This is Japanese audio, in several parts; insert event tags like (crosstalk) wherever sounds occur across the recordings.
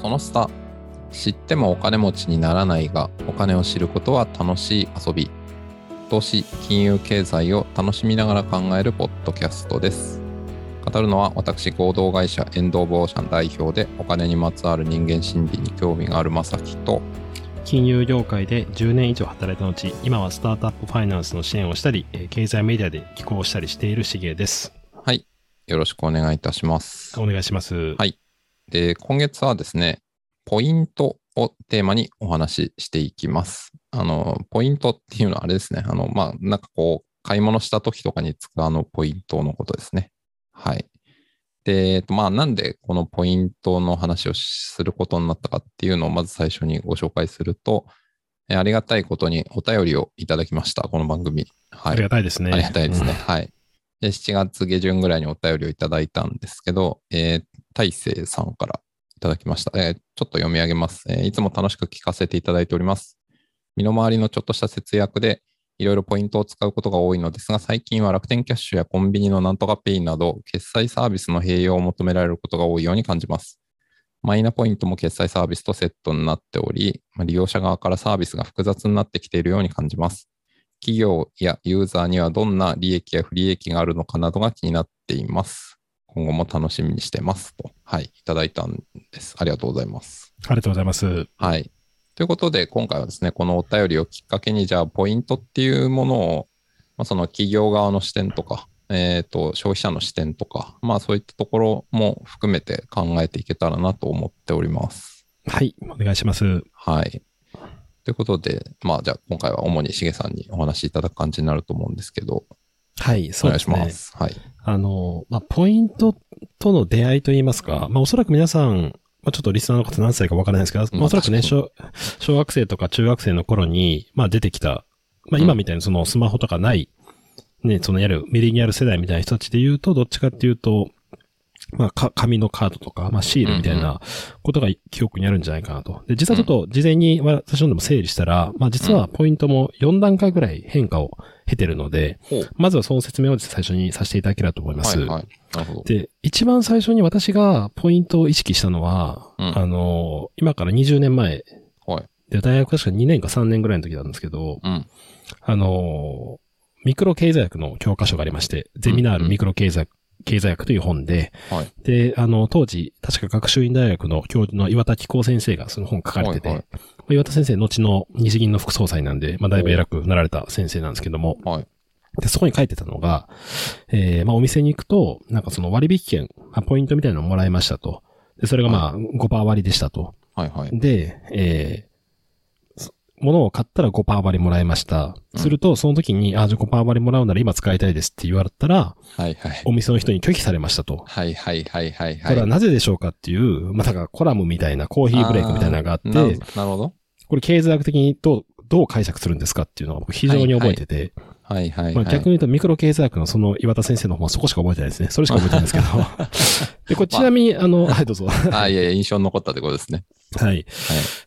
その下知ってもお金持ちにならないがお金を知ることは楽しい遊び投資金融経済を楽しみながら考えるポッドキャストです語るのは私合同会社エンド・オブ・オーシャン代表でお金にまつわる人間心理に興味があるまさきと金融業界で10年以上働いた後、今はスタートアップファイナンスの支援をしたり、えー経済メディアで寄稿したりしているしげです。はいよろしくお願いいたしますお願いします。はいで今月はですねポイントをテーマにお話ししていきますあのポイントっていうのはあれですねあのまあなんかこう買い物した時とかに使うあのポイントのことですねはいで、えっとまあ、なんでこのポイントの話をすることになったかっていうのをまず最初にご紹介すると、えありがたいことにお便りをいただきました、この番組。はあいり。がたいですね。ありがたいですね。はい。で、7月下旬ぐらいにお便りをいただいたんですけど、えー大成さんからいただきました。えーちょっと読み上げます、えーいつも楽しく聞かせていただいております。身の回りのちょっとした節約で、いろいろポイントを使うことが多いのですが、最近は楽天キャッシュやコンビニのなんとかペイなど、決済サービスの併用を求められることが多いように感じます。マイナポイントも決済サービスとセットになっており、まあ利用者側からサービスが複雑になってきているように感じます。企業やユーザーにはどんな利益や不利益があるのかなどが気になっています。今後も楽しみにしてますと、はい、いただいたんです。ありがとうございます。ありがとうございます。はい。ということで、今回はですね、このお便りをきっかけに、じゃあ、ポイントっていうものを、まあ、その企業側の視点とか、えっ、と、消費者の視点とか、まあ、そういったところも含めて考えていけたらなと思っております。はい、お願いします。はい。ということで、まあ、じゃあ今回は主にしげさんにお話しいただく感じになると思うんですけど、はい、おそう願でいしすね。ます。はい。あの、まあ、ポイントとの出会いといいますか、まあ、おそらく皆さん、まあ、ちょっとリスナーの方何歳かわからないですけど、ままあ、あおそらくね、確小、小学生とか中学生の頃に、まあ、出てきた、まあ、今みたいにそのスマホとかない、ね、そのやる、ミレニアル世代みたいな人たちで言うと、どっちかっていうと、まあ、か、紙のカードとか、まあ、シールみたいうんなことが記憶にあるんじゃないかなと。で、実はちょっと事前に私のでも整理したら、まあ、実はポイントも4段階ぐらい変化を経てるので、ほう。まずはその説明を最初にさせていただければと思いまはす。いはい。なるほど。で、一番最初に私がポイントを意識したのは、うんあの、今から20年前、はい。で大学確か2年か3年ぐらいの時なんですけど、うん。あの、ミクロ経済学の教科書がありまして、ゼミナうーんうルんミクロ経済、経済学という本で、はい。で、あの、当時、確か学習院大学の教授の岩田紀光先生がその本書かれてて、はいはいまあ岩田先生、後の日銀の副総裁なんで、まあ、だいぶ偉くなられた先生なんですけども、はい。で、そこに書いてたのが、えー、まあお店に行くと、なんかその割引券、まあポイントみたいなのもらいましたと。で、それがまあ5%割でしたと。はいはい。で、えーそ物を買ったら5%割もらいました。うんすると、その時に、あ、じゃあ5%割もらうなら今使いたいですって言われたら、はいはい。お店の人に拒否されましたと。はいはいはいはいはこい。れはなぜでしょうかっていう、まさかコラムみたいな、コーヒーブレイクみたいなのがあっなるて、なるほど。これ経済学的にどう、どう解釈するんですかっていうのが僕非常に覚えてて、はいはいはい。まあ、逆に言うと、ミクロ経済学のその岩田先生の方はそこしか覚えてないですね。それしか覚えてないですけど。 (laughs) で、これちなみに、あの、はい、どうぞ。はあ、いやいや、印象に残ったってことですね。い。で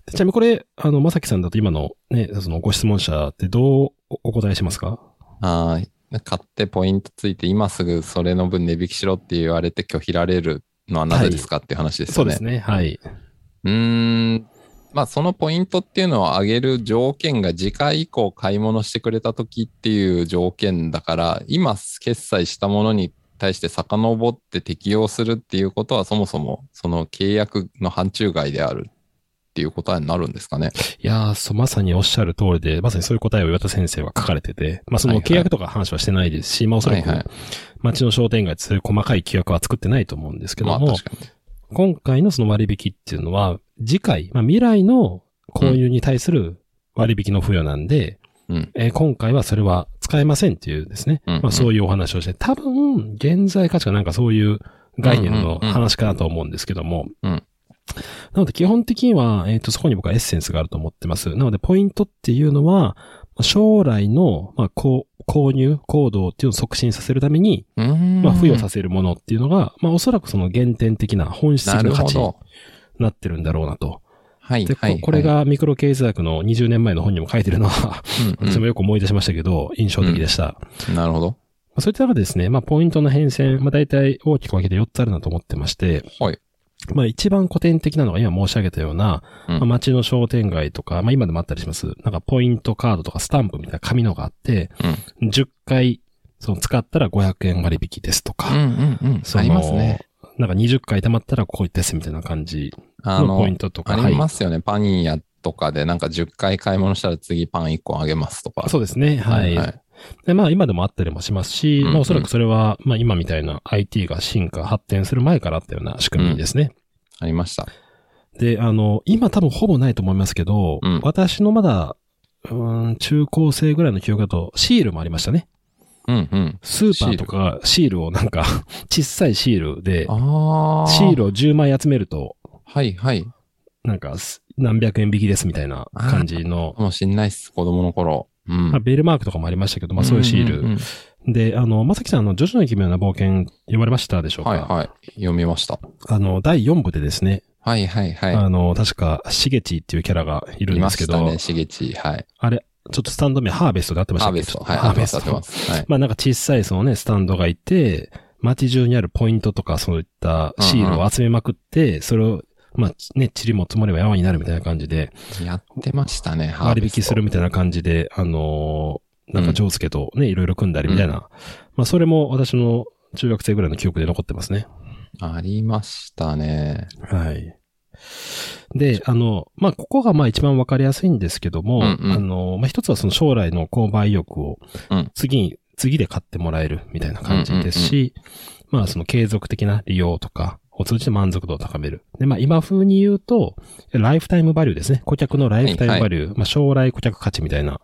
ちなみにこれ、あの、まさきさんだと今のね、そのご質問者ってどうお答えしますかはい。買ってポイントついて、今すぐそれの分値引きしろって言われて拒否られるのはなぜですかっていう話ですそようね。ですね。はい。うーん。まあ、そのポイントっていうのを上げる条件が次回以降買い物してくれた時っていう条件だから、今決済したものに対して遡って適用するっていうことはそもそもその契約の範疇外であるっていう答えになるんですかね。いやー、そう、まさにおっしゃる通りで、まさにそういう答えを岩田先生は書かれてて、まあ、そはのいはい契約とか話はしてないですし、まあ、おそはらいはくい。街の商店街ってそういう細かい規約は作ってないと思うんですけまどあも、確かに。今回のその割引っていうのは、次回、まあ、未来の購入に対する割引の付与なんで、うんえー今回はそれは使えませんっていうですね、うんうんまあ、そういうお話をして、多分、現在価値がなんかそういう概念のうんうんうん話かなと思うんですけども、うんなので基本的には、えっ、と、そこに僕はエッセンスがあると思ってます。なので、ポイントっていうのは、まあ将来の、まあ、こう購入行動っていうのを促進させるために、うーんまあ、付与させるものっていうのが、まあ、おそらくその原点的な本質な的るな価ほ値ど。なってるんだろうなと。はいで、こはい。これ、がミクロ経済学の20年前の本にも書いてるのは、うんうん私もよく思い出しましたけど、印象的でした。まなるほど。あそういった中でですね、まあ、ポイントの変遷、まあ、大体大きく分けて4つあるなと思ってまして、はい。まあ一番古典的なのが今申し上げたような、うんまあ街の商店街とか、まあ今でもあったりします。なんかポイントカードとかスタンプみたいな紙のがあって、10回、その使ったら500円割引ですとか、うんうんうん。そあのりますね。なんか20回溜まったらこういったですみたいな感じあのポイのン、トとか。あはいりますよね。パン屋とかでなんか10回買い物したら次パン1個あげますとか。そうですね。はい。はい。で、まあ今でもあったりもしますし、うんうんまあおそらくそれは、まあ今みたいな IT が進化、発展する前からあったような仕組みですね。ありました。で、あの、今多分ほぼないと思いますけど、うん私のまだ、うーん、中高生ぐらいの記憶だと、シールもありましたね。うんうん。スーパーとか、シールをなんか、 (laughs) 小さいシールで、ああ。シールを10枚集めると、はいはい。なんかす、何百円引きですみたいな感じのか、もしんないっす、子供の頃。うんまあ、。ベルマークとかもありましたけど、まあそういうシール。んんで、あの、まさきさん、あの、ジョジョの奇妙な冒険、読まれましたでしょうんうかはいはい。読みました。あの、第4部でですね、はいはいはい。あの、確か、しげちっていうキャラがいるんいでますけしど、たね、しげち。はい。あれ、ちょっとスタンド名、ハーベストで合ってましたハーっけベスちト。ょっとはい。ハーベスト。当たってます。はい。まあなんか小さいそのね、スタンドがいて、街中にあるポイントとかそういったシールを集めまくって、それを、まあね、塵も積もれば山になるみたいな感じで、やってましたね、ハー (laughs) 割ベスト。引するみたいな感じで、あのーなんか上手とね、いろいろ組んだりみたいな。まあそれも私の中学生ぐらいの記憶で残ってますね。ありましたね。はい。で、あの、まあ、ここがまあ一番わかりやすいんですけども、うんうんあの、まあ、一つはその将来の購買意欲をうん次に、次で買ってもらえるみたいな感じですし、まあ、その継続的な利用とかを通じて満足度を高める。で、まあ、今風に言うと、ライフタイムバリューですね。顧客のライフタイムバリュー、まあ、将来顧客価値みたいな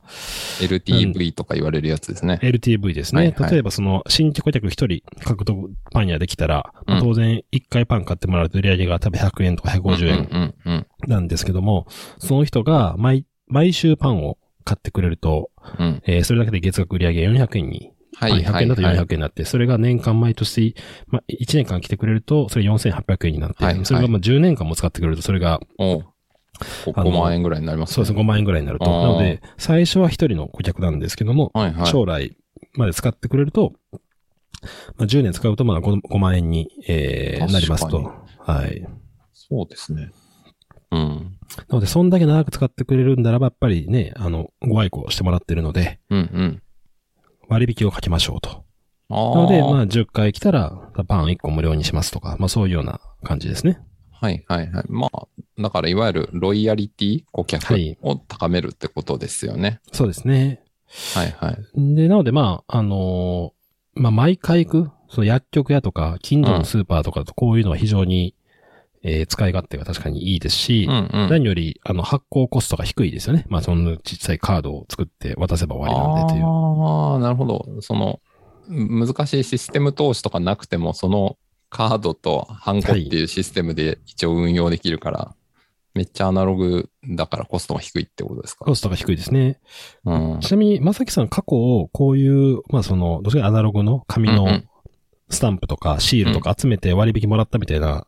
LTV とか言われるやつですね。 LTV ですね。はいはい例えばその新規顧客一人獲得パン屋できたら、まあうん当然1回パン買ってもらうと売り上げが多分100円とか150円うんうんうんなんですけども、その人が毎、毎週パンを買ってくれると、うん。うん。えーそれだけで月額売上400円に、はパンい100はい円だとはい。 400円になって、それが年間毎年、まあ、1年間来てくれると、それ4800円になって、はいはいそれがまあ10年間も使ってくれると、それが、おうこあの5万円ぐらいになりますね。そうですね、5万円ぐらいになると。あーなので、最初は一人の顧客なんですけども、はいはい。将来まで使ってくれると、まあ、10年使うとまあ 5, 5万円に、え確ーかになりますと。はい。そうですね。うん。なので、そんだけ長く使ってくれるんならば、やっぱりね、あの、ご愛顧してもらってるので、うんうん。割引をかけましょうと。あなーので、まあ、10回来たら、パン1個無料にしますとか、まあ、そういうような感じですね。はいはいはい。まあ、だからいわゆるロイヤリティ顧客はいを高めるってことですよね。そうですね。はいはい。で、なので、まあ、あのーまあ、毎回行く、その薬局屋とか、近所のスーパーとかだと、こういうのは非常に、えー使い勝手が確かにいいですし、うんうん。何より、あの、発行コストが低いですよね。まあ、その小さいカードを作って渡せば終わりなんでという。ああ、なるほど。その、む難しいシステム投資とかなくても、そのカードとハンコっていうシステムで一応運用できるから、めっちゃアナログだからコストが低いってことですかコ。ストが低いですね。うん。ちなみに、まさきさん過去をこういう、まあその、どっちかというとアナログの紙うんうのんスタンプとかシールとか集めて割引もらったみたいな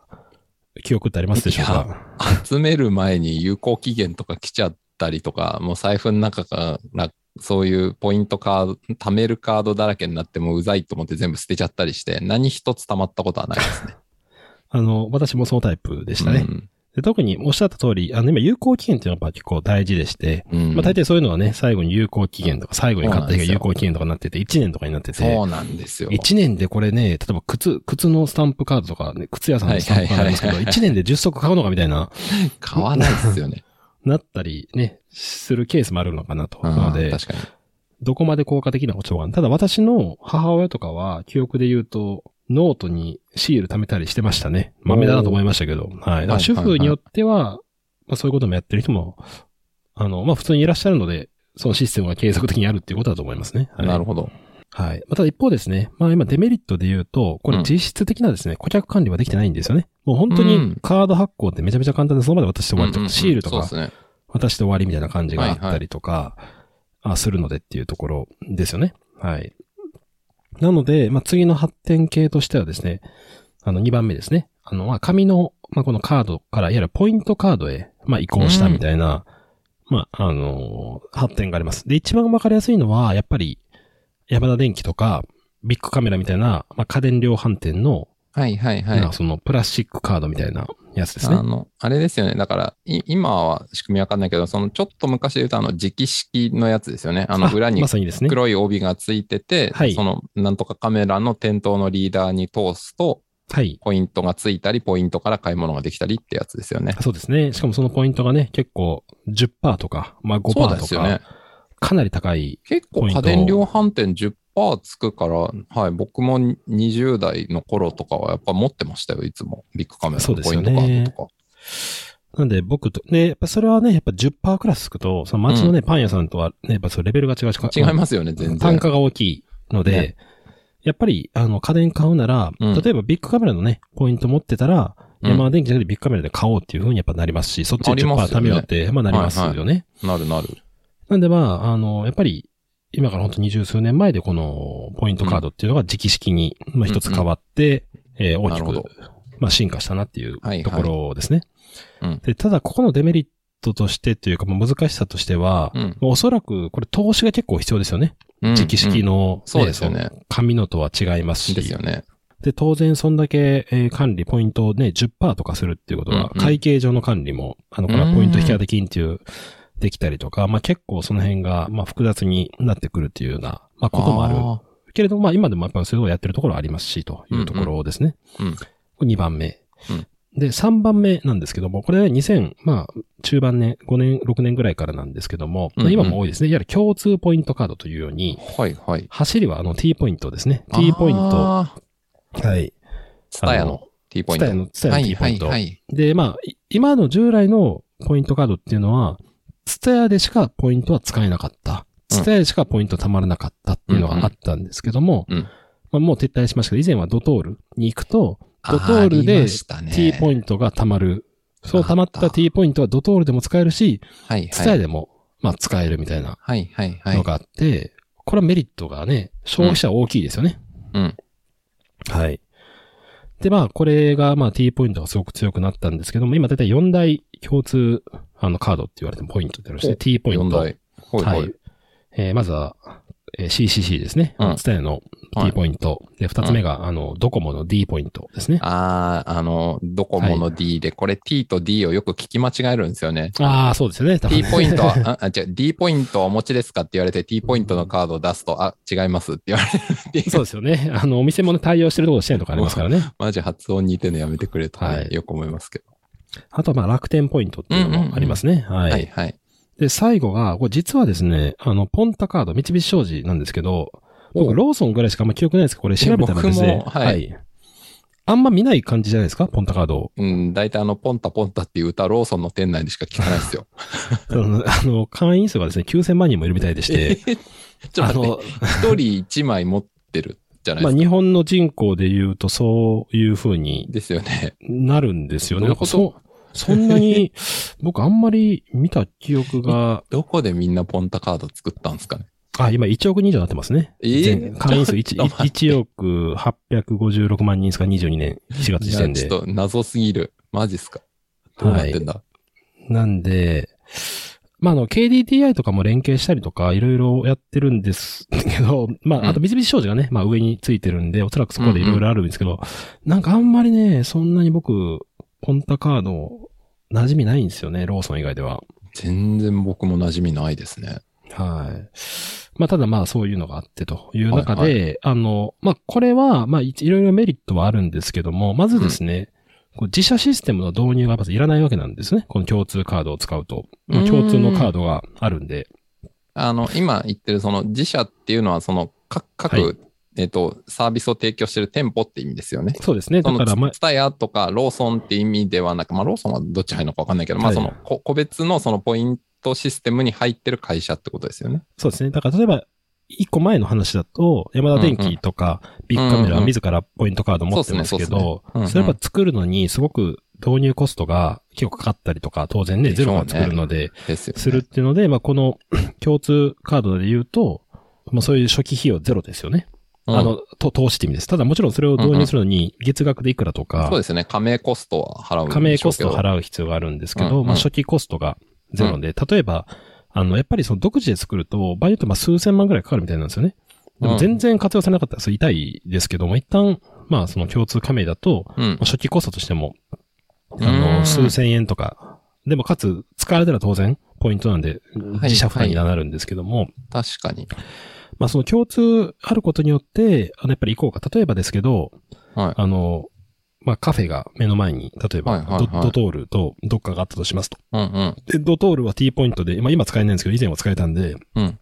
記憶ってありますでしょういか集める前に有効期限とか来ちゃったりとか、もう財布の中からそういうポイントカード、貯めるカードだらけになってもううざいと思って全部捨てちゃったりして、何一つ貯まったことはないですね。あの、私もそのタイプでしたね。うんで特におっしゃった通り、あの、今有効期限っていうのが結構大事でして、うんまあ大体そういうのはね、最後に有効期限とか、最後に買った日がそうなんですよ有効期限とかになってて、1年とかになってて、そうなんですよ。 1年でこれね、例えば靴、靴のスタンプカードとかね、靴屋さんのスタンプカードありますけはど、いはいはいは1年で10足買うのかみたいな、買わないですよ (laughs) ね。なったりね、するケースもあるのかなと。うんなので、確かに。どこまで効果的なことがただ私の母親とかは、記憶で言うと、ノートにシール貯めたりしてましたね。豆だなと思いましたけど。はい。だから主婦によっては、まあそういうこともやってる人も、あの、まあ普通にいらっしゃるので、そのシステムが継続的にあるっていうことだと思いますね。はい、なるほど。はい。まあただ一方ですね、まあ今デメリットで言うと、これ実質的なですね、顧客管理はできてないんですよね。もう本当うにんカード発行ってめちゃめちゃ簡単で、その場で渡して終わりとうんうんうんか、シールとか、そうですね。渡して終わりみたいな感じがあったりとか、あするのでっていうところですよね。はい。なので、まあ、次の発展系としてはですね、あの、2番目ですね。あの、まあ、紙の、まあ、このカードから、いわゆるポイントカードへ、まあ、移行したみたいな、まあ、あのー発展があります。で、一番わかりやすいのは、やっぱり、ヤマダ電機とか、ビッグカメラみたいな、まあ、家電量販店の、はいはいはなんいか。そのプラスチックカードみたいな、やつですねあ。の、あれですよね。だから、い今は仕組みわかんないけど、そのちょっと昔で言うと、あの、直式のやつですよね。あの、裏にまさにですね。黒い帯がついてて、はいその、なんとかカメラの店頭のリーダーに通すと、はい。ポイントがついたり、ポイントから買い物ができたりってやつですよね。そうですね。しかもそのポイントがね、結構10%とか、まあそう5%でとすか、よね。かなり高い。結構家電量販店10%つくから、はい、僕も20代の頃とかはやっぱ持ってましたよ、いつも。ビッグカメラそうのでポすイよンねトカードとか。なんで僕と、ね、やっぱそれはね、やっぱ10%クラスつくと、その街のね、パン屋さんとはね、やっぱそれレベルが違うし、違いますよね、全然。単価が大きいので、ねやっぱり、あの、家電買うなら、うん例えばビッグカメラのね、ポイント持ってたら、うんヤマハ電機じゃなくてビッグカメラで買おうっていうふうにやっぱなりますし、そっちありますよね10%貯めようって、まあなりますよね。はいなるなる。なんでまあ、あの、やっぱり、今から本当二十数年前でこのポイントカードっていうのが直式に、まあ一つ変わって、えー大なきるほどく、まあ進化したなっていうはいはいところですね。うんで、ただここのデメリットとしてというか、まあ難しさとしては、うん。おそらくこれ投資が結構必要ですよね。うん直式。の、そうですよねその紙のとは違いますし。ですよね。で、当然そんだけ、えー管理、ポイントをね、10%とかするっていうことは、うんうん会計上の管理も、あの、これはポイント引き当て金っていう、できたりとか、まあ結構その辺が、まあ複雑になってくるっていうような、まあこともある。けれども、まあ今でもやっぱりそういうのをやってるところはありますし、というところですね。うんうんこれ2番目。うんで、3番目なんですけども、これ2000、まあ、中盤年、5年、6年ぐらいからなんですけども、うまあんうん今も多いですね。いわゆる共通ポイントカードというように、あーはいはい。走りはあの T ポイントですね。T ポイント。あー。はい。ツタヤの T ポイント。ツタヤのツタヤの T ポイントはいはいはい。で、まあ、い今の従来のポイントカードっていうのは、ツタヤでしかポイントは使えなかった。うんツタヤでしかポイント貯まらなかったっていうのがあったんですけども、うんまあ、もう撤退しましたけど、以前はドトールに行くと、ドトールありでましたね T ポイントが貯まる。その貯まっあたった T ポイントはドトールでも使えるし、はいツはタヤい。でも、まあ、使えるみたいなはいはいはい。のがあって、これはメリットがね、消費者大きいですよね。うん。はい。で、まあ、これが、まあ、T ポイントがすごく強くなったんですけども、今、だいたい4大共通、あの、カードって言われてもポイントでありまして、お T ポイン四ト。台。はいはい。えーまずは、えー CCC ですね。うんツタヤの T ポイント。で、二つ目が、あの、ドコモの D ポイントですね。ああ、あの、ドコモの D で、これ T と D をよく聞き間違えるんですよね。ああ、そうですよね。多分 T ねポイント (laughs) は、あ、あ違う、D ポイントはお持ちですかって言われて、T ポイントのカードを出すと、あ、違いますって言わ (laughs) れるっていう。そうですよね。あの、お店もね、対応してるところ、支援とかありますからね。マジ発音似てるのやめてくれと、はいよく思いますけど。あとは、まあ、楽天ポイントっていうのもありますね。ははいい。はい。で、最後が、これ実はですね、あの、ポンタカード、三菱商事なんですけど、僕、ローソンぐらいしかあんま記憶ないですけど、これ調べたらですえね僕、もはいあんま見ない感じじゃないですか、ポンタカードをうん、大体あの、ポンタポンタっていう歌、ローソンの店内でしか聞かないですよ。あの、あの会員数がですね、9000万人もいるみたいでして、 (laughs) ちょっあと待っのて、、一人一枚持ってるじゃないまですあ、か。日本の人口で言うと、そういう風にですよね。なるんですよね。どういうことなんかそそんなに、僕、あんまり見た記憶が、どこでみんなポンタカード作ったんですかね。あ、今1億人以上になってますね。えー全会員数 1, ちょっと待って1億856万人ですか、22年7月時点いでや。ちょっと謎すぎる。マジっすか。どうなってんだ。なんで、まあ、あの、KDDI とかも連携したりとか、いろいろやってるんですけど、まうんあ、あと三菱商事がね、まあ上についてるんで、おそらくそこでいろいろあるんですけど、なんかあんまりね、そんなに僕、ポンタカード、馴染みないんですよね、ローソン以外では。全然僕も馴染みないですね。はい。まあ、ただまあ、そういうのがあってという中で、はいあの、まあ、これは、まあ、いいろいろメリットはあるんですけども、まずですね、こう自社システムの導入がまずいらないわけなんですね。この共通カードを使うと。うーん共通のカードがあるんで。あの、今言ってるその自社っていうのは、その各、各、はえっと、サービスを提供してる店舗って意味ですよね。そうですそね。だのから、まあ、ツタヤとかローソンって意味ではなく、まあローソンはどっち入るのかわかんないけど、まあはいそのこ個別のそのポイントシステムに入ってる会社ってことですよね。そうですね。だから、例えば、一個前の話だと、山田電機とか、ビッグカうメラんはうん自らポイントカード持ってますけそうですどねそうですねうんう、んそれやっぱ作るのにすごく導入コストが結構かかったりとか、当然ね、ゼロから作るので、ですよね。するっていうので、まあ、この (clears throat) 共通カードで言うと、まあ、そういう初期費用ゼロですよね。うん、あの、と投資って意味です。ただもちろんそれを導入するのに、月額でいくらとかそう、ですね。加盟コストは払うん加盟コストをう。払う必要があるんですけうんうど、んまあ、初期コストがゼロで、例えば、あの、やっぱりその独自で作ると、場合によってまあ数千万ぐらいかかるみたいなんですよね。でうもん全然活用されなかったらそれ痛いですけども、一旦、まあその共通加盟だと、うんまあ。初期コストとしても、あうの、ん数千円とか。でも、かつ、使われたら当然、ポイントなんで、自社負担にはなるんですけども、確かに。まあ、その共通あることによって、あの、やっぱり行こうか。例えばですけど、はい。あの、まあ、カフェが目の前に、例えば、はいはいはいドドトールとどっかがあったとしますと。うんうん。で、ドトールは T ポイントで、まあ、今使えないんですけど、以前は使えたんで、うん。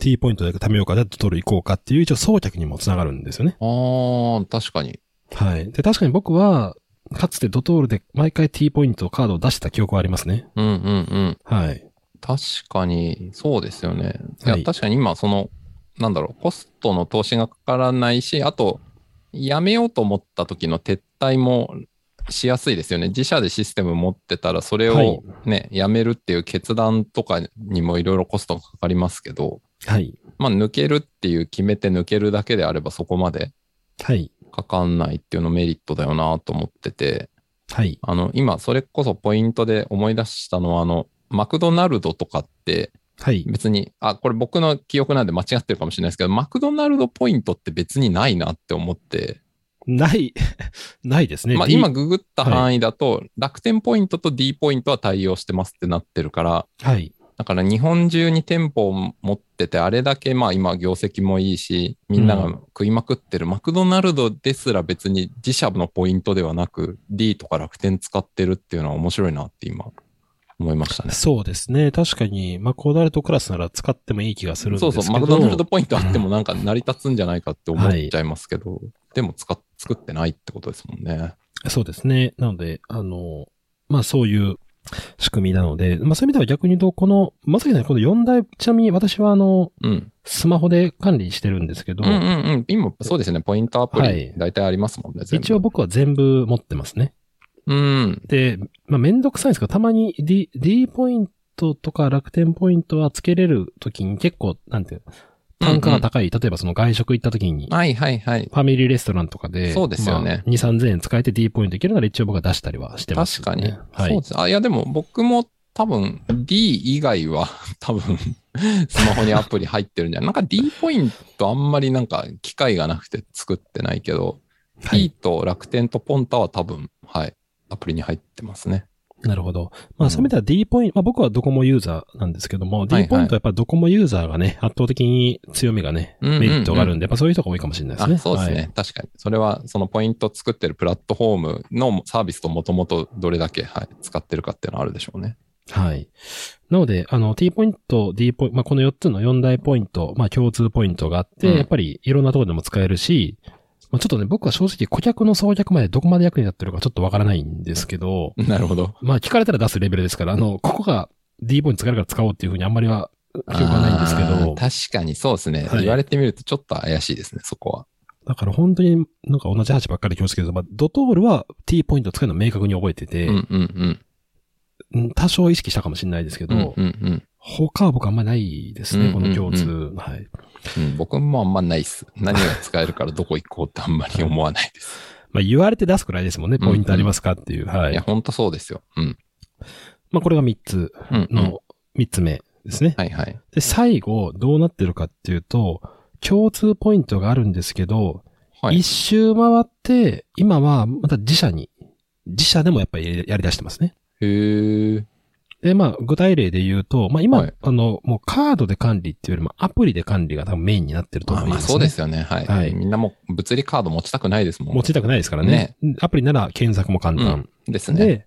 T ポイントで貯めようか、じゃあドトール行こうかっていう一応送客にもつながるんですよね。ああ、確かに。はい。で、確かに僕は、かつてドトールで毎回 T ポイントカードを出してた記憶はありますね。うんうんうん。はい。確かに、そうですよね。いや、はい確かに今、その、なんだろう、コストの投資がかからないし、あと、やめようと思った時の撤退もしやすいですよね。自社でシステム持ってたら、それはいをね、やめるっていう決断とかにもいろいろコストがかかりますけど、はい。まあ、抜けるっていう決めて抜けるだけであれば、そこまではい。かかんないっていうのメリットだよなと思ってて、はい。あの、今、それこそポイントで思い出したのは、あの、マクドナルドとかって、はい。別に、あ、これ僕の記憶なんで間違ってるかもしれないですけど、マクドナルドポイントって別にないなって思って、ない、 (laughs) ないですね。まあ D- 今ググった範囲だと、楽天ポイントと D ポイントは対応してますってなってるから、はい。だから日本中に店舗を持ってて、あれだけまあ今業績もいいし、みんなが食いまくってるマクドナルドですら別に自社のポイントではなく D とか楽天使ってるっていうのは面白いなって今思いましたね。そうですね。確かに、マクドナルドクラスなら使ってもいい気がするんですそけうど。そう、マクドナルドポイントあってもなんか成り立つんじゃないかって思っちゃいますけど、でも使っ作ってないってことですもんね。そうですね。なので、あの、まあそういう仕組みなので、まあそういう意味では逆に言うと、この、まさきさん、この4台、ちなみに私はあの、うん。スマホで管理してるんですけど、うんうんうん。今、そうですね。ポイントアプはリい大体ありますもんね。全部一応、僕は全部持ってますね。うん。で、まあめんどくさいんですけど、たまに D, D ポイントとか楽天ポイントはつけれるときに結構、なんていうの単価が高い、例えばその外食行ったときに、はいはいはい。ファミリーレストランとかで、そうですよねまあ2、3000円使えて D ポイントいけるなら一応僕は出したりはしてます、確かに。はそうい。です。あ、いや、でも僕も多分 D 以外は (laughs) 多分スマホにアプリ入ってるんじゃないなんか D ポイントあんまりなんか機会がなくて作ってないけど、は D い。と楽天とポンタは多分、はい、アプリに入ってますね。なるほど。うまんあ、そういう意味では D ポイント、まあ僕はドコモユーザーなんですけども、はいはい D ポイントはやっぱドコモユーザーがね、圧倒的に強みがね、うんうんうんメリットがあるんで、やっぱそういう人が多いかもしれないですね。あそうですね、はい。確かに。それはそのポイント作ってるプラットフォームのサービスともともとどれだけ、はい、使ってるかっていうのはあるでしょうね。はい。なので、あの、T ポイント、D ポイント、まあこの4つの4大ポイント、まあ共通ポイントがあって、うんやっぱりいろんなところでも使えるし、まあちょっとね、僕は正直顧客の送客までどこまで役に立ってるかちょっとわからないんですけど、なるほど。まあ聞かれたら出すレベルですから、あの、ここが D ポイント使えるから使おうっていうふうにあんまりは記憶はないんですけど、あー確かにそうですね、はい言われてみるとちょっと怪しいですね、そこは。だから本当になんか同じ話ばっかり恐縮ですけど、まあ、ドトールは T ポイント使うの明確に覚えてて、うんうんうん。うん多少意識したかもしれないですけど、うんうんうん。他は僕あんまりないですね、うんこの共通。うはい。うん、僕もあんまないっす。何が使えるからどこ行こうってあんまり思わないです。、まあ言われて出すくらいですもんね、ポイントありますかっていう。はいい。や、ほんとそうですよ。うん。まあこれが3つうん、うん。の、3つ目ですね。はいはい。で、最後、どうなってるかっていうと、共通ポイントがあるんですけど、はい一。周回って、今はまた自社に、自社でもやっぱりやり出してますね。へー。で、まあ、具体例で言うと、まあ今、はいあの、もうカードで管理っていうよりもアプリで管理が多分メインになってると思まあいままあす、ね。そうですよね。はい。はいみんなもう物理カード持ちたくないですもん。持ちたくないですからね。アプリなら検索も簡単。ですね。で、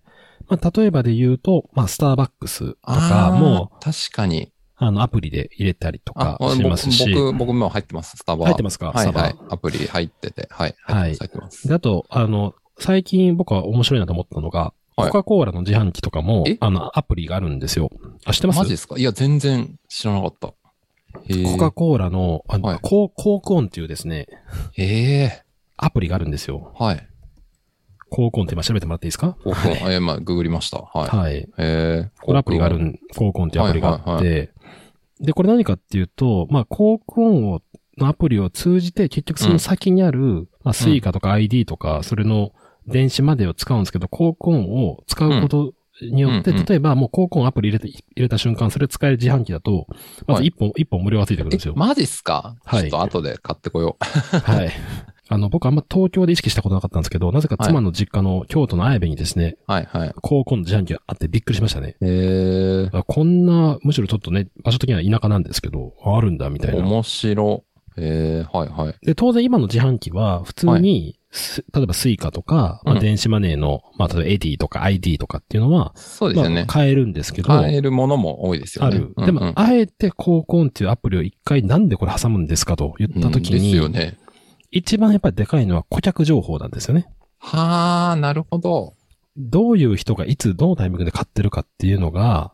まあ例えばで言うと、まあスターバックスとあかーも、確かに。あの、アプリで入れたりとあか、しますし。僕、僕僕も入ってます。スタバ。入ってますかはいスタバはい。アプリ入ってて。はい。入ってます入ってます。であと、あの、最近僕は面白いなと思ったのが、はいコカ・コーラの自販機とかもえ、あの、アプリがあるんですよ。あ、知ってますマジですかいや、全然知らなかった。へーコカ・コーラの、あの、はいコーコークオンっていうですね、へえ。アプリがあるんですよ。はい。コークオンって今調べてもらっていいですか僕も、えー、まあ、ググりました。はい。はい。えー、これアプリがあるん、コークオンっていうアプリがあって、はいはで、これ何かっていうと、まあ、コークオンを、のアプリを通じて、結局その先にある、まあ、スイカとか ID とか、それの電子マネーを使うんですけど、コークオンを使うことによって、うんうん例えばもうコークオンアプリ入れて、入れた瞬間、それ使える自販機だと、まずはい一本、一本無料がついてくるんですえよ。マジっすか、はいちょっと後で買ってこよう。はい。あの、僕あんま東京で意識したことなかったんですけど、なぜか妻の実家の京都の綾部にですね、はいはい。高校の自販機があってびっくりしましたね。えー、あこんな、むしろちょっとね、場所的には田舎なんですけど、ああるんだみたいな。面白。えー、はいはい。で、当然今の自販機は普通はに、す例えばスイカとか、まうあ、ん電子マネーの、まあ、例えば AT とか ID とかっていうのは、そうですよまあね。買えるんですけど、買えるものも多いですよあね。る。でうんうもん、あえて高コンっていうアプリを一回なんでこれ挟むんですかと言った時うんですよに、ね。一番やっぱりでかいのは顧客情報なんですよね。はあ、なるほど。どういう人がいつどのタイミングで買ってるかっていうのが、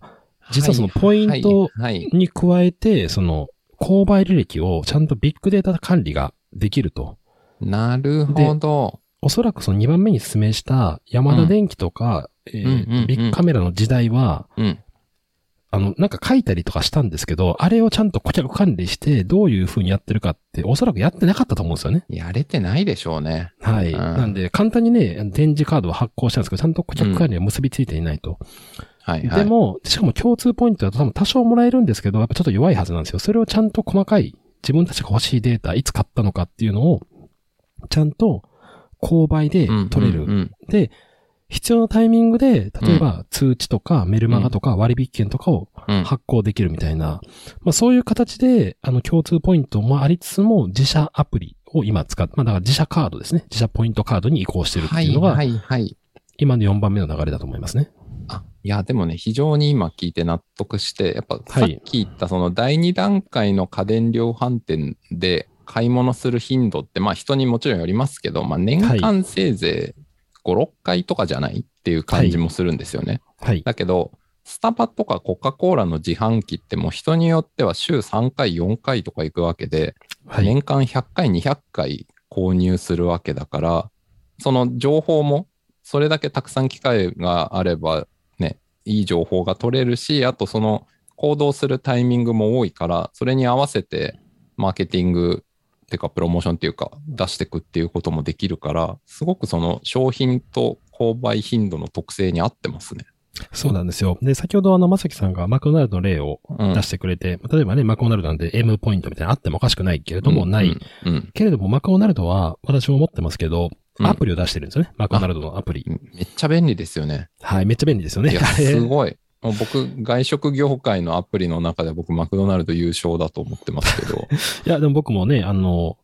実はそのポイントはいはい。に加えて、その購買履歴をちゃんとビッグデータ管理ができると。なるほど。おそらくその2番目に説明した山田電機とか、えーうんうんうんビッグカメラの時代は、うん。あの、なんか書いたりとかしたんですけど、あれをちゃんと顧客管理して、どういう風にやってるかって、おそらくやってなかったと思うんですよね。やれてないでしょうね。はい。うんなんで、簡単にね、あの展示カードを発行したんですけど、ちゃんと顧客管理は結びついていないと。はいはい。でも、しかも共通ポイントだと多分多少もらえるんですけど、やっぱちょっと弱いはずなんですよ。それをちゃんと細かい、自分たちが欲しいデータ、いつ買ったのかっていうのを、ちゃんと購買でうん取れる。うんうんで、必要なタイミングで、例えば通知とかメルマガとか割引券とかをうん発行できるみたいな、まあそういう形で、あの共通ポイントもありつつも、自社アプリを今使って、まあだから自社カードですね。自社ポイントカードに移行してるってはいういのがは、いはい。今の4番目の流れだと思いますね。あ、いや、でもね、非常に今聞いて納得して、やっぱはさっいき言ったその第2段階の家電量販店で買い物する頻度って、まあ人にもちろんよりますけど、まあ年間せいぜい5、6回とかじゃないっていう感じもするんですよね。はい。だけど、スタバとかコカ・コーラの自販機ってもう人によっては週3回、4回とか行くわけで、はい。年間100回、200回購入するわけだから、その情報も、それだけたくさん機会があれば、ね、いい情報が取れるし、あとその行動するタイミングも多いから、それに合わせてマーケティングっていうか、プロモーションっていうか、出していくっていうこともできるから、すごくその商品と購買頻度の特性に合ってますね。そうなんですよ。で、先ほどあの、まさきさんがマクドナルドの例をうん出してくれて、例えばね、マクドナルドなんで M ポイントみたいなのあってもおかしくないけれども、ない。うん。うんけれども、マクドナルドは私も持ってますけど、うんアプリを出してるんですよね。マクドナルドのアプリ。めっちゃ便利ですよね。はい、めっちゃ便利ですよいね。 (laughs) や、あれすごい。もう僕、外食業界のアプリの中で僕、マクドナルド優勝だと思ってますけ (laughs) ど。いや、でも僕もね、あの、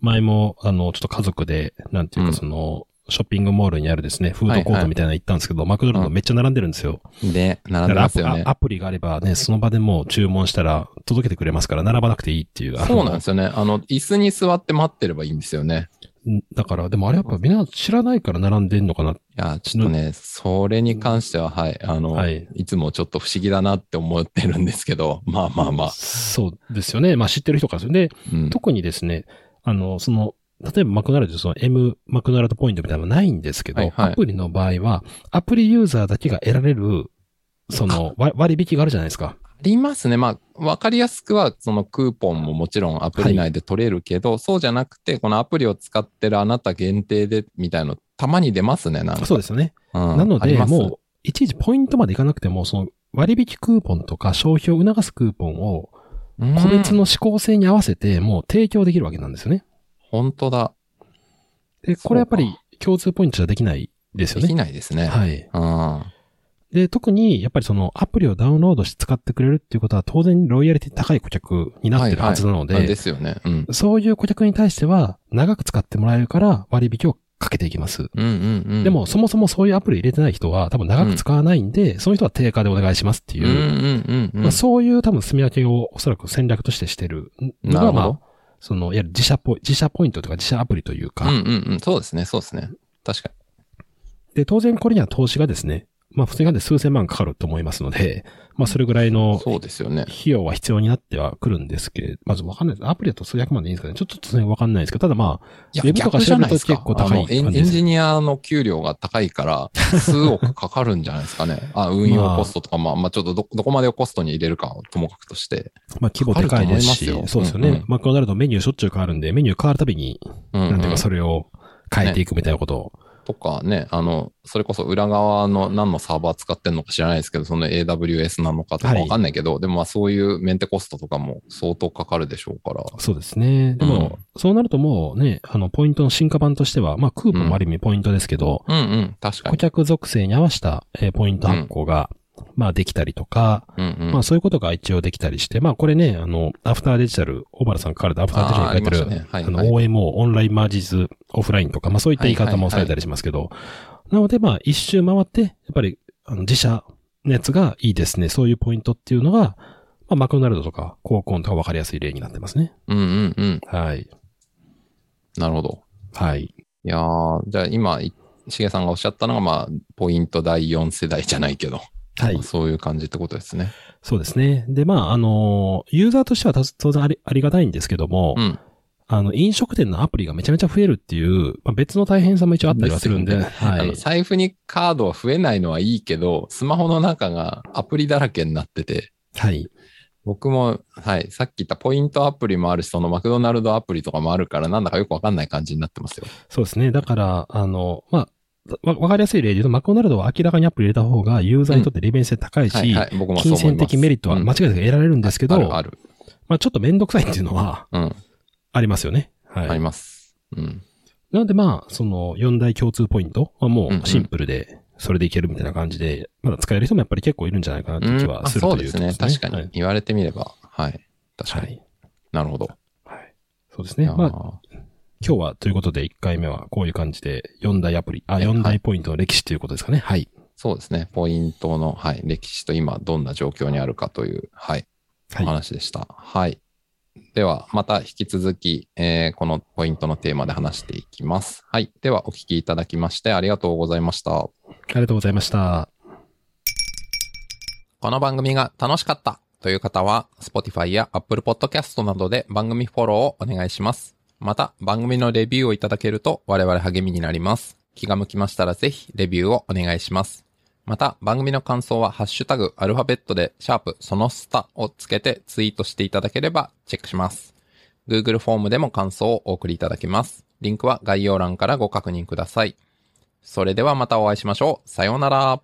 前も、あの、ちょっと家族で、なんていううかんその、ショッピングモールにあるですね、フードコートみたいなの行ったんですけど、マクドナルドめっちゃ並んでるんですよ。ね、並んでだからアますプよねあ。アプリがあればね、その場でもう注文したら届けてくれますから、並ばなくていいっていう。。そうなんですすよね。あの、椅子に座って待ってればいいんですよね。だから、でもあれやっぱみんな知らないから並んでんのかな。いや、ちょっとね、それに関しては、はい、あの、、はいい。つもちょっと不思議だなって思ってるんですけど、まあまあまあ。そうですよね。まあ知ってる人からするで、うん、特にですね、あの、その、例えばマクドナルド、その M マクドナルドポイントみたいなのはないんですけど、はいはいアプリの場合は、アプリユーザーだけが得られる、その、わ割引があるじゃないですか。ありますね。まあ、わかりやすくは、そのクーポンももちろんアプリ内で取れるけど、そうじゃなくて、このアプリを使ってるあなた限定で、みたいの、たまに出ますね、なんか。そうですよね。うんなのありで、ますもう、いちいちポイントまでいかなくても、その、割引クーポンとか消費を促すクーポンを、個別うんの指向性に合わせて、もう提供できるわけなんですよね。本当だ。で、これやっぱり共通ポイントじゃできないですでよきね。ないですね。はい。うんで、特に、やっぱりそのアプリをダウンロードして使ってくれるっていうことは、当然ロイヤリティ高い顧客になってるはずなので、あですよね。うん。そういう顧客に対しては、長く使ってもらえるから割引をかけていきます。うんうんうん。で、も、そもそもそういうアプリ入れてない人は、多分長く使わないんで、その人は定価でお願いしますってうんいうう、んうんうまんあ、。そういう多分住み分けをおそらく戦略としてしてるのなるが、ほまあど。、その、いわゆる自社ポイ自社ポイントとか自社アプリというか、うんうんうん。そうですね、そうですね。確かで、当然これには投資がですね、まあ普通に考えて数千万かかると思いますので、まあそれぐらいに。のそうですよね。費用は必要になってはくるんですけれど、まずわかんないです。アプリだと数百万でいいんですかねちょっとちょっとその辺わかんないですけど、ただまあ、いや、ウェブとか逆じゃないですか。調べると結構高いあのエン感じエンですジニアの給料が高いから、数億かかるんじゃないですかね。あ、運用コストとか、まあ、まあ、ちょっとど、どこまでをコストに入れるかはともかくとして。まあ規模でかいですし、かかると思いますよそうですよね。うんうんマクドナルドメニューしょっちゅう変わるんで、メニュー変わるたびに、うん、なんていうかそれを変えていくみたいなことをとかね、あの、それこそ裏側の何のサーバー使ってんのか知らないですけど、その AWS なのかとかはいわかんないけど、でもまあそういうメンテコストとかも相当かかるでしょうから。そうですね。でも、そうなるともうね、あの、ポイントの進化版としては、まあ、クーポンもある意味ポイントですけど、うんうん、確か顧に。客属性に合わせた、えーポイント発行が、まあ、できたりとか、うんうん。まあ、そういうことが一応できたりして、まあ、これね、あの、アフターデジタル、小原さん書かれたアフターデジタルに書いてる、あーありましたねはいあの、はい OMO、オンラインマージズ、オフラインとか、まあ、そういった言い方もされたりしますけど、なので、まあ、一周回って、やっぱり、あの、自社のやつがいいですね。そういうポイントっていうのが、まあ、マクドナルドとか、コーコンとか分かりやすい例になってますね。うんうんうん。はい。なるほど。はい。いやーじゃあ今、いしげさんがおっしゃったのが、まあ、ポイント第4世代じゃないけど、はいまあ。そういう感じってことですね。そうですね。で、まあ、あの、ユーザーとしてはた当然ありありがたいんですけども、うん。あの、飲食店のアプリがめちゃめちゃ増えるっていう、まあ、別の大変さも一応あったりはするんで、ですはあいの。財布にカードは増えないのはいいけど、スマホの中がアプリだらけになってて、はい。僕も、はい、さっき言ったポイントアプリもあるし、そのマクドナルドアプリとかもあるから、なんだかよくわかんない感じになってますよ。そうですね。だから、あの、まあ、わわかりやすい例で言うと、マクドナルドは明らかにアプリ入れた方がユーザーにとって利便性高いし、はい、はい、僕もそう思い金ます。銭的メリットは間違いなく得られるんですけど、あるある。まあ、ちょっとめんどくさいっていうのはうん、ありますよね。はい。あります。うん。なのでまあ、その4大共通ポイントはもうんうんうシンプルで、それでいけるみたいな感じで、まだ使える人もやっぱり結構いるんじゃないかなという気うはんあするといそううですとこね。ろ確かはいに。。言われてみれば、はい。確かはに。い。なるほど。はいそうですね。まあ、今日はということで1回目はこういう感じで4大アプリ、あ、はい4大ポイントの歴史ということですかね。はい。そうですね。ポイントの、はい、歴史と今どんな状況にあるかという、はい、はいお話でした。はい。では、また引き続き、えーこのポイントのテーマで話していきます。はい。では、お聞きいただきましてありがとうございました。ありがとうございました。この番組が楽しかったという方は、Spotify や Apple Podcast などで番組フォローをお願いします。また、番組のレビューをいただけると我々励みになります。気が向きましたらぜひレビューをお願いします。また、番組の感想はハッシュタグ、アルファベットで、シャープ、そのスタをつけてツイートしていただければチェックします。Google フォームでも感想をお送りいただけます。リンクは概要欄からご確認ください。それではまたお会いしましょう。さようなら。